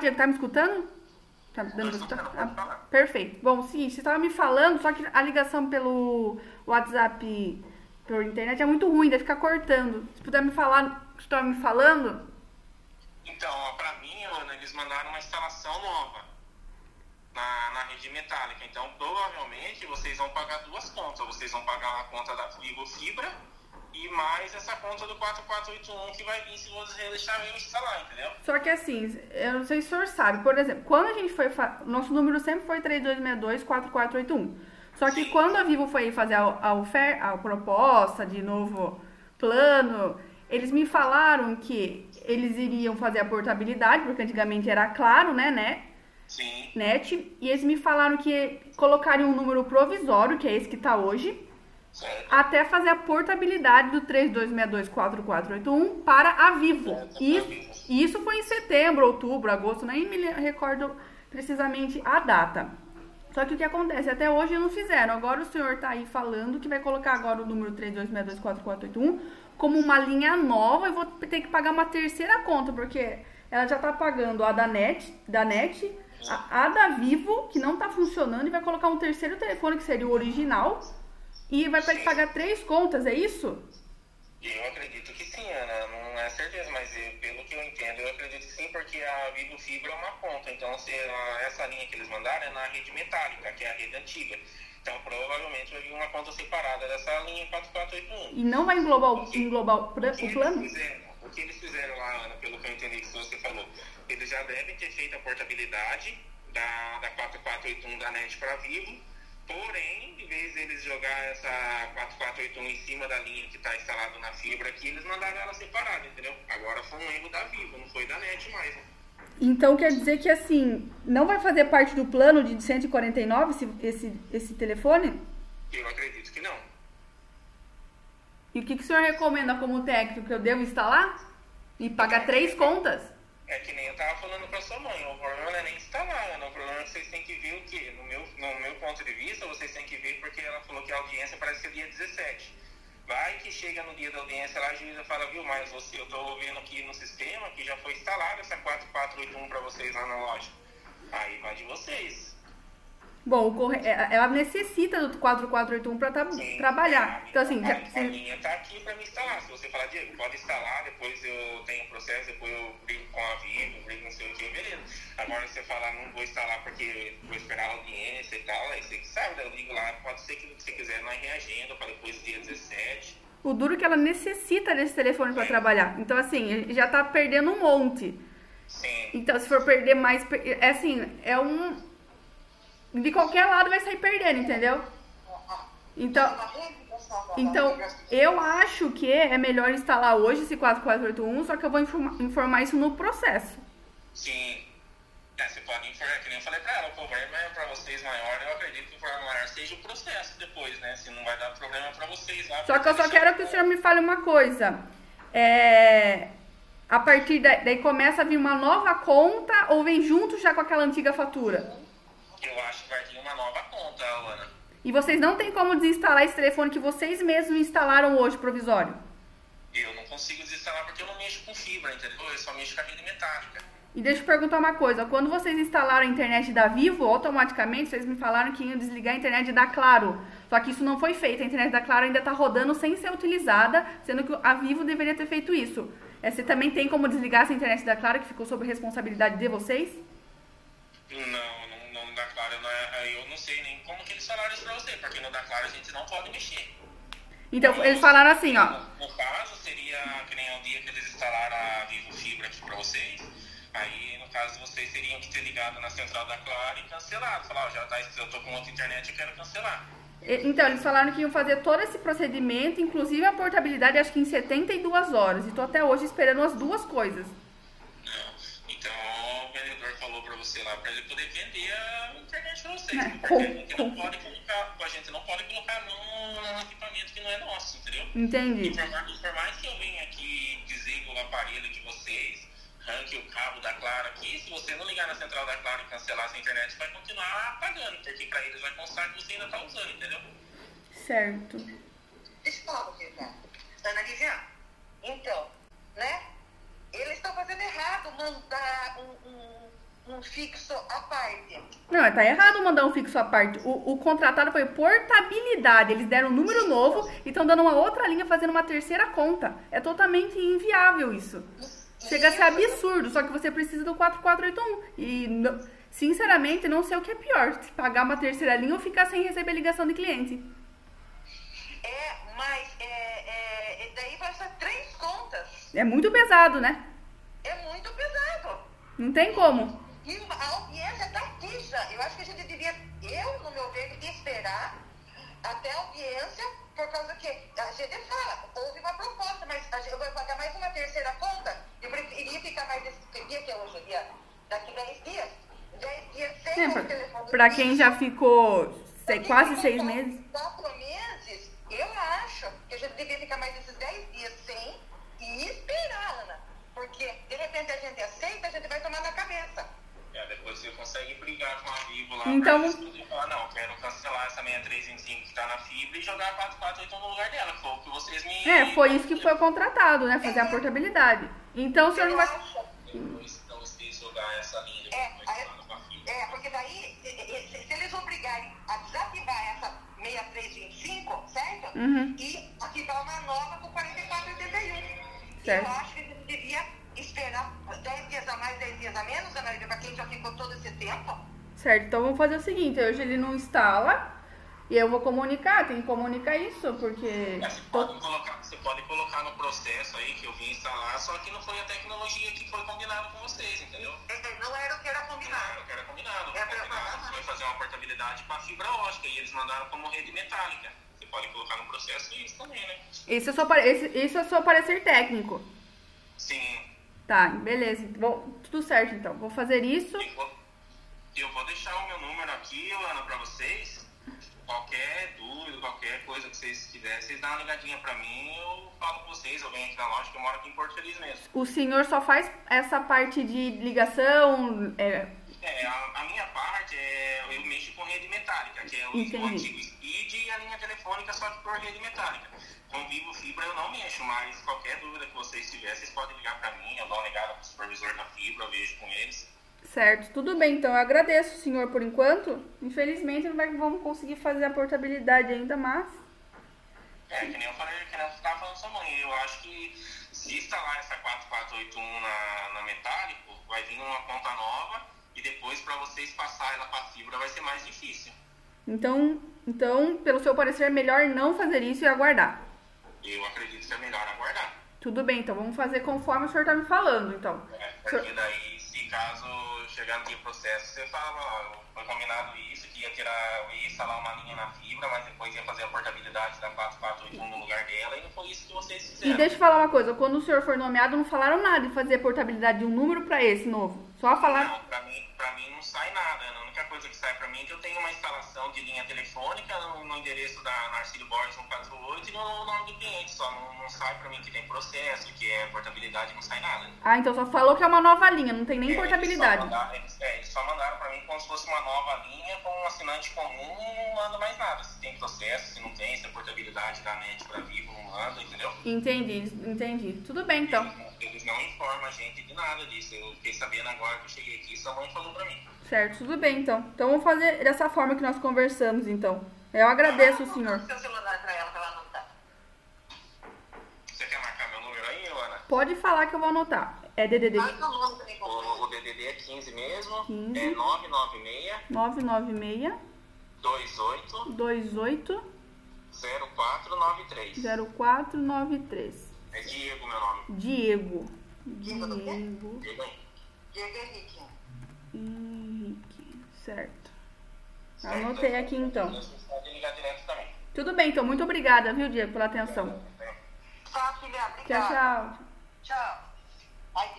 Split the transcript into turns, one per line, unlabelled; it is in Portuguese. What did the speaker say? Diego, tá me escutando? Tá me dando ah, Perfeito. Bom, seguinte, você estava me falando, só que a ligação pelo WhatsApp, por internet, é muito ruim, deve ficar cortando. Se puder me falar o que você estava me falando.
Então, para mim, Ana, eles mandaram uma instalação nova na, na rede metálica. Então, provavelmente, vocês vão pagar duas contas. Vocês vão pagar a conta da Frigo Fibra e mais essa conta do 4481 que vai vir se você deixar eu instalar, entendeu?
Só que assim, eu não sei se o senhor sabe, por exemplo, quando a gente foi. Fa... Nosso número sempre foi 3262-4481. Só que
Sim.
quando a Vivo foi fazer a, a, ofer... a proposta de novo plano, eles me falaram que eles iriam fazer a portabilidade, porque antigamente era claro, né, né?
Sim.
Net, e eles me falaram que colocariam um número provisório, que é esse que tá hoje,
Certo.
até fazer a portabilidade do 32624481 para a Vivo. E e isso foi em setembro, outubro, agosto, nem me le- recordo precisamente a data. Só que o que acontece? Até hoje não fizeram. Agora o senhor está aí falando que vai colocar agora o número 32624481 como uma linha nova e vou ter que pagar uma terceira conta, porque ela já está pagando a da NET, da NET a, a da Vivo, que não está funcionando, e vai colocar um terceiro telefone, que seria o original, e vai ter que pagar três contas, é isso?
Eu acredito que sim, Ana. Não é certeza, mas eu- pelo que eu entendo, eu acredito que sim, porque a Vivo Fibra é uma conta. Então, se a- essa linha que eles mandaram é na rede metálica, que é a rede antiga. Então, provavelmente vai vir uma conta separada dessa linha 4481.
E não vai englobar o, englobar o pr-
O que
o
eles
plano?
fizeram- O que eles fizeram lá, Ana, pelo que eu entendi que você falou, eles já devem ter feito a portabilidade da, da 4481 da NET para Vivo, porém, em vez deles jogar essa 4481 em cima da linha que está instalada na fibra aqui, eles mandaram ela separada, entendeu? Agora foi um erro da Vivo, não foi da NET mais. né?
Então quer dizer que assim, não vai fazer parte do plano de 149 esse, esse, esse telefone?
Eu acredito que não.
E o que, que o senhor recomenda como técnico que eu devo instalar? E pagar três contas?
É que nem eu tava falando pra sua mãe, o problema não é nem instalar, Ana. O problema é que vocês têm que ver o quê? No meu, no meu ponto de vista, vocês têm que ver porque ela falou que a audiência parece ser dia 17. Vai que chega no dia da audiência lá, a juíza fala, viu, mas você, eu tô vendo aqui no sistema que já foi instalada essa 4481 pra vocês lá na loja. Aí vai de vocês.
Bom, o corre- é- ela necessita do 4481 para
Sim.
um trabalhar. Então assim,
a,
já-
É, a
se-
linha tá aqui pra me instalar. Se você falar, Diego, pode instalar, depois eu tenho um processo, depois eu brigo com a Vivo, brigo não sei o que, beleza. Agora se você falar, não vou instalar porque vou esperar a audiência e tal, aí você que sabe, daí eu ligo lá, pode ser que você quiser nós reagenda para depois dia 17.
o duro é que ela necessita desse telefone para trabalhar. Então assim, já tá perdendo um monte.
Sim.
Então, se for perder mais. per- É assim, é um. De qualquer lado vai sair perdendo, entendeu? Então. Então, eu acho que é melhor instalar hoje esse 4481, só que eu vou informa- informar isso no processo.
Sim. É, você pode informar, que nem eu falei pra ela, o problema é pra vocês maior, eu acredito que o problema maior seja o processo depois, né? Se não vai dar problema pra vocês lá.
Só que eu só
porque-
quero que o senhor me fale uma coisa. É, a partir da- daí começa a vir uma nova conta ou vem junto já com aquela antiga fatura?
Eu acho que vai vir uma nova conta, Ana.
E vocês não têm como desinstalar esse telefone que vocês mesmos instalaram hoje, provisório.
Eu não consigo desinstalar porque eu não mexo com fibra, entendeu? Eu só mexo com a rede metálica.
E deixa eu perguntar uma coisa. Quando vocês instalaram a internet da Vivo, automaticamente vocês me falaram que iam desligar a internet da Claro. Só que isso não foi feito. A internet da Claro ainda está rodando sem ser utilizada, sendo que a Vivo deveria ter feito isso. É, Você também tem como desligar essa internet da Claro, que ficou sob responsabilidade de vocês?
Não, não, não dá claro. Eu não, é, eu não sei nem como que eles falaram isso pra você, porque no dá claro a gente não pode mexer.
Então, eles falaram assim, ó.
No, no caso, seria que nem o dia que eles instalaram a Vivo Fibra aqui pra vocês. Aí, no caso, vocês teriam que ter ligado na central da Claro e cancelado. Falar, ó, já tá, eu tô com outra internet, eu quero cancelar.
E- Então, eles falaram que iam fazer todo esse procedimento, inclusive a portabilidade, acho que em 72 horas. E tô até hoje esperando as duas coisas.
Não. Então, o vendedor falou pra você lá, pra ele poder vender a internet pra vocês.
É,
porque
com-
a gente, não
com-
pode colocar, a gente não pode colocar a mão num equipamento que não é nosso, entendeu? E
Entendi.
por, mais, por mais que eu venha aqui dizer o aparelho de vocês, arranque o cabo da Claro aqui, se você não ligar na central da Claro e cancelar essa internet, vai continuar pagando, porque pra eles vai constar que você ainda tá usando, entendeu?
Certo.
Deixa eu falar um pouquinho, tá? Ana Lívia, então, né? Eles estão fazendo errado mandar um, um, um fixo à parte.
Não, tá errado mandar um fixo à parte. O, o contratado foi portabilidade. Eles deram um número novo e estão dando uma outra linha fazendo uma terceira conta. É totalmente inviável isso. Chega a ser absurdo, só que você precisa do 4481. E, não- sinceramente, não sei o que é pior. Se pagar uma terceira linha ou ficar sem receber ligação de cliente.
É, mas é, é, e daí vai ser três contas.
É muito pesado, né?
É muito pesado.
Não tem como.
E uma- a audiência tá fixa. Eu acho que a gente devia, eu, no meu ver, devia esperar até a audiência, por causa que a gente fala, houve uma proposta, mas a gente vai pagar mais uma terceira conta. Eu preferiria ficar mais esse que dia que é hoje, dia, daqui 10 dias. 10 dias sem
É,
o
pra,
telefone.
pra quem já ficou sei, é quase seis meses.
Quatro meses, eu acho que a gente devia ficar mais esses 10 dias sem e esperar, Ana. Porque, de repente, a gente aceita, a gente vai tomar na cabeça.
É, depois você consegue brigar com a Vivo lá.
Então-
pra discutir, falar, não, quero cancelar essa 6325 que tá na fibra e jogar a 448 no lugar dela. que Foi o que vocês me.
É, foi isso que foi contratado, né? Fazer a portabilidade. Então o senhor não
Eu
vai.
acho.
Depois então vocês jogar essa linha depois
É,
é,
aí-
lá com a fibra.
é, porque daí, se, se- se eles obrigarem a desativar essa 6325, certo?
Uhum.
E ativar uma nova com
Certo.
4481. Eu acho que a gente devia esperar 10 dias a mais, 10 dias a menos, Ana Lívia, pra quem já ficou todo esse tempo.
Certo, então vamos fazer o seguinte: hoje ele não instala e eu vou comunicar, tem que comunicar isso, porque.
É, Você pode, colocar, você pode colocar no processo aí que eu vim instalar, só que não foi a tecnologia que foi combinado com vocês, entendeu?
É, Não era o que era
Combinado,
combinado.
que era combinado.
É,
combinado
é, é.
foi fazer uma portabilidade para fibra ótica e eles mandaram como rede metálica. Você pode colocar no processo isso também, né?
Esse é só, pare- esse, esse é só parecer técnico.
Sim.
Tá, beleza. Bom, tudo certo então. Vou fazer isso.
Eu vou, eu vou deixar o meu número aqui, Ana, pra vocês. Qualquer dúvida, qualquer coisa que vocês quiserem, vocês dão uma ligadinha pra mim, eu falo com vocês, eu venho aqui na loja, que eu moro aqui em Porto Feliz mesmo.
O senhor só faz essa parte de ligação. é,
É, a, a minha parte é, eu mexo com rede metálica, que é o,
Entendi.
o antigo speed e a linha telefônica, só que por rede metálica. Com vivo fibra eu não mexo, mas qualquer dúvida que vocês tiverem, vocês podem ligar pra mim, eu dou uma ligada pro supervisor da fibra, eu vejo com eles.
Certo, tudo bem, então eu agradeço o senhor por enquanto. Infelizmente não vai- vamos conseguir fazer a portabilidade ainda, mas.
É, que nem eu falei, que nem eu tava falando com sua mãe, eu acho que se instalar essa 4481 na, na metálico, vai vir uma conta nova e depois pra vocês passar ela pra fibra vai ser mais difícil.
Então, então, pelo seu parecer, é melhor não fazer isso e aguardar.
Eu acredito que é melhor aguardar.
Tudo bem, então vamos fazer conforme o senhor tá me falando, então.
É,
Senhor-
porque daí, se caso chegar no dia do processo, você fala, ó, foi combinado isso, que ia tirar, eu ia instalar uma linha na fibra, mas depois ia fazer a portabilidade da 4481 no lugar dela, e não foi isso que vocês
E
fizeram.
deixa eu falar uma coisa, quando o senhor foi nomeado, não falaram nada em fazer a portabilidade de um número para esse novo. Só falaram.
Não, pra mim, pra mim não sai nada. A única coisa que sai pra mim é que eu tenho uma instalação de linha telefônica no, no endereço da Narcílio Borges 148 e no nome do cliente só. Não, não sai pra mim que tem processo, que é portabilidade, não sai nada.
Ah, então só falou que é uma nova linha, não tem nem
É, Eles só,
portabilidade.
mandaram, eles, é, eles só mandaram pra mim como se fosse uma nova linha com um assinante comum, não manda mais nada. Se tem processo, se não tem, se a portabilidade da net pra vivo, não manda, entendeu?
Entendi, entendi. Tudo bem, então.
Eles não informam a gente de nada disso. Eu fiquei sabendo agora que eu cheguei aqui e sua mãe falou pra mim.
Certo, tudo bem, então. Então vamos fazer dessa forma que nós conversamos, então. Eu agradeço o senhor.
Seu celular pra ela, pra ela não tá.
Você quer marcar meu número aí, Ana?
Pode falar que eu vou anotar. É DDD
Mas não manda nem
O, o DDD é 15 mesmo,
15.
é 996
996
28
280493.
0493. É Diego meu nome.
Diego.
Diego do quê?
Diego
Diego aí.
Diego Henrique.
Henrique. Certo.
Certo?
Anotei aqui então.
Vocês podem ligar direto também.
Tudo bem, então. Muito obrigada, viu, Diego, pela atenção.
Tá, filha,
Tchau,
obrigada.
tchau.
Tchau.